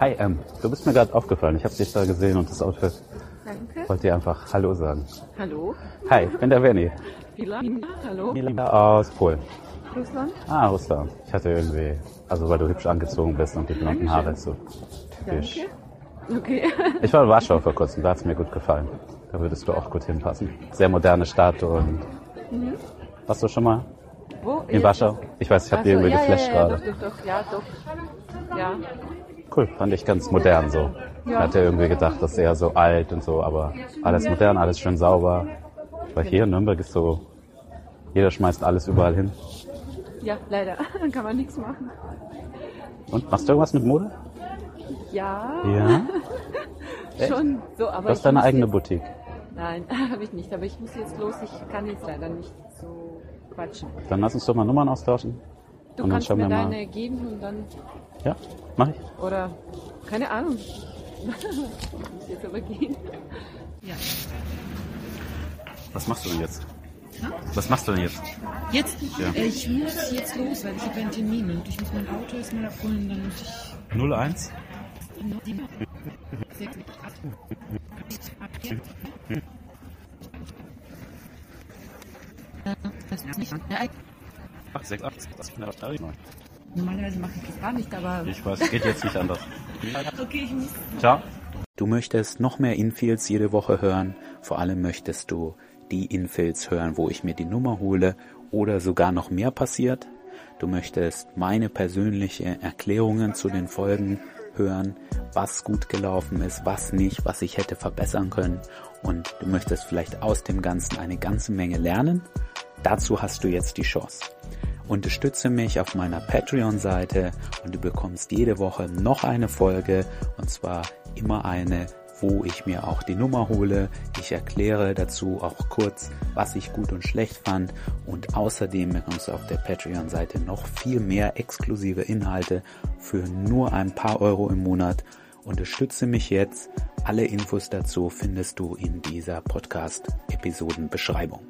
Hi, Em. Du bist mir gerade aufgefallen. Ich habe dich da gesehen und das Outfit. Danke. Wollte dir einfach Hallo sagen. Hallo. Hi, ich bin der Benny. Vila. Hallo. Milena aus Polen. Russland. Ah, Russland. Ich hatte irgendwie, also weil du hübsch angezogen bist und die blonden Haare zu. Fisch. Danke. Okay. Ich war in Warschau vor kurzem, da hat es mir gut gefallen. Da würdest du auch gut hinpassen. Sehr moderne Stadt und. Mhm. Warst du schon mal Wo? in Warschau? Ich weiß, ich habe dir irgendwie ja, geflasht ja, ja, gerade. Doch, doch, doch. Ja, doch. Ja. Cool, fand ich ganz modern so. Ich Ja. hatte irgendwie gedacht, das ist eher so alt und so, aber alles modern, alles schön sauber. Weil hier in Nürnberg ist so, jeder schmeißt alles überall hin. ja, leider. Dann kann man nichts machen. Und machst du irgendwas mit Mode? Ja, Ja. schon so, aber. Du hast ich deine muss eigene jetzt- Boutique. Nein, habe ich nicht. Aber ich muss jetzt los. Ich kann jetzt leider nicht so quatschen. Dann lass uns doch mal Nummern austauschen. Du Und dann kannst schauen mir wir mal. deine geben und dann. Ja, mach ich. Oder. Keine Ahnung. ich muss jetzt aber gehen. Ja. Was machst du denn jetzt? Was machst du denn jetzt? Jetzt? Ja. Äh, ich muss jetzt los, weil ich habe einen Termin und ich muss mein Auto erstmal abholen, dann muss ich 01? noch die sechs, acht. Äh, das ist nicht- Ja, Normalerweise mache ich das gar nicht, aber Ich weiß, geht jetzt nicht anders. okay, ich muss Ciao. Du möchtest noch mehr Infills jede Woche hören. Vor allem möchtest du die Infills hören, wo ich mir die Nummer hole oder sogar noch mehr passiert. Du möchtest meine persönliche Erklärungen zu den Folgen hören, was gut gelaufen ist, was nicht, was ich hätte verbessern können. Und du möchtest vielleicht aus dem Ganzen eine ganze Menge lernen. Dazu hast du jetzt die Chance. Unterstütze mich auf meiner Patreon-Seite und du bekommst jede Woche noch eine Folge und zwar immer eine, wo ich mir auch die Nummer hole. Ich erkläre dazu auch kurz, was ich gut und schlecht fand und außerdem bekommst du auf der Patreon-Seite noch viel mehr exklusive Inhalte für nur ein paar Euro im Monat. Unterstütze mich jetzt. Alle Infos dazu findest du in dieser Podcast-Episodenbeschreibung.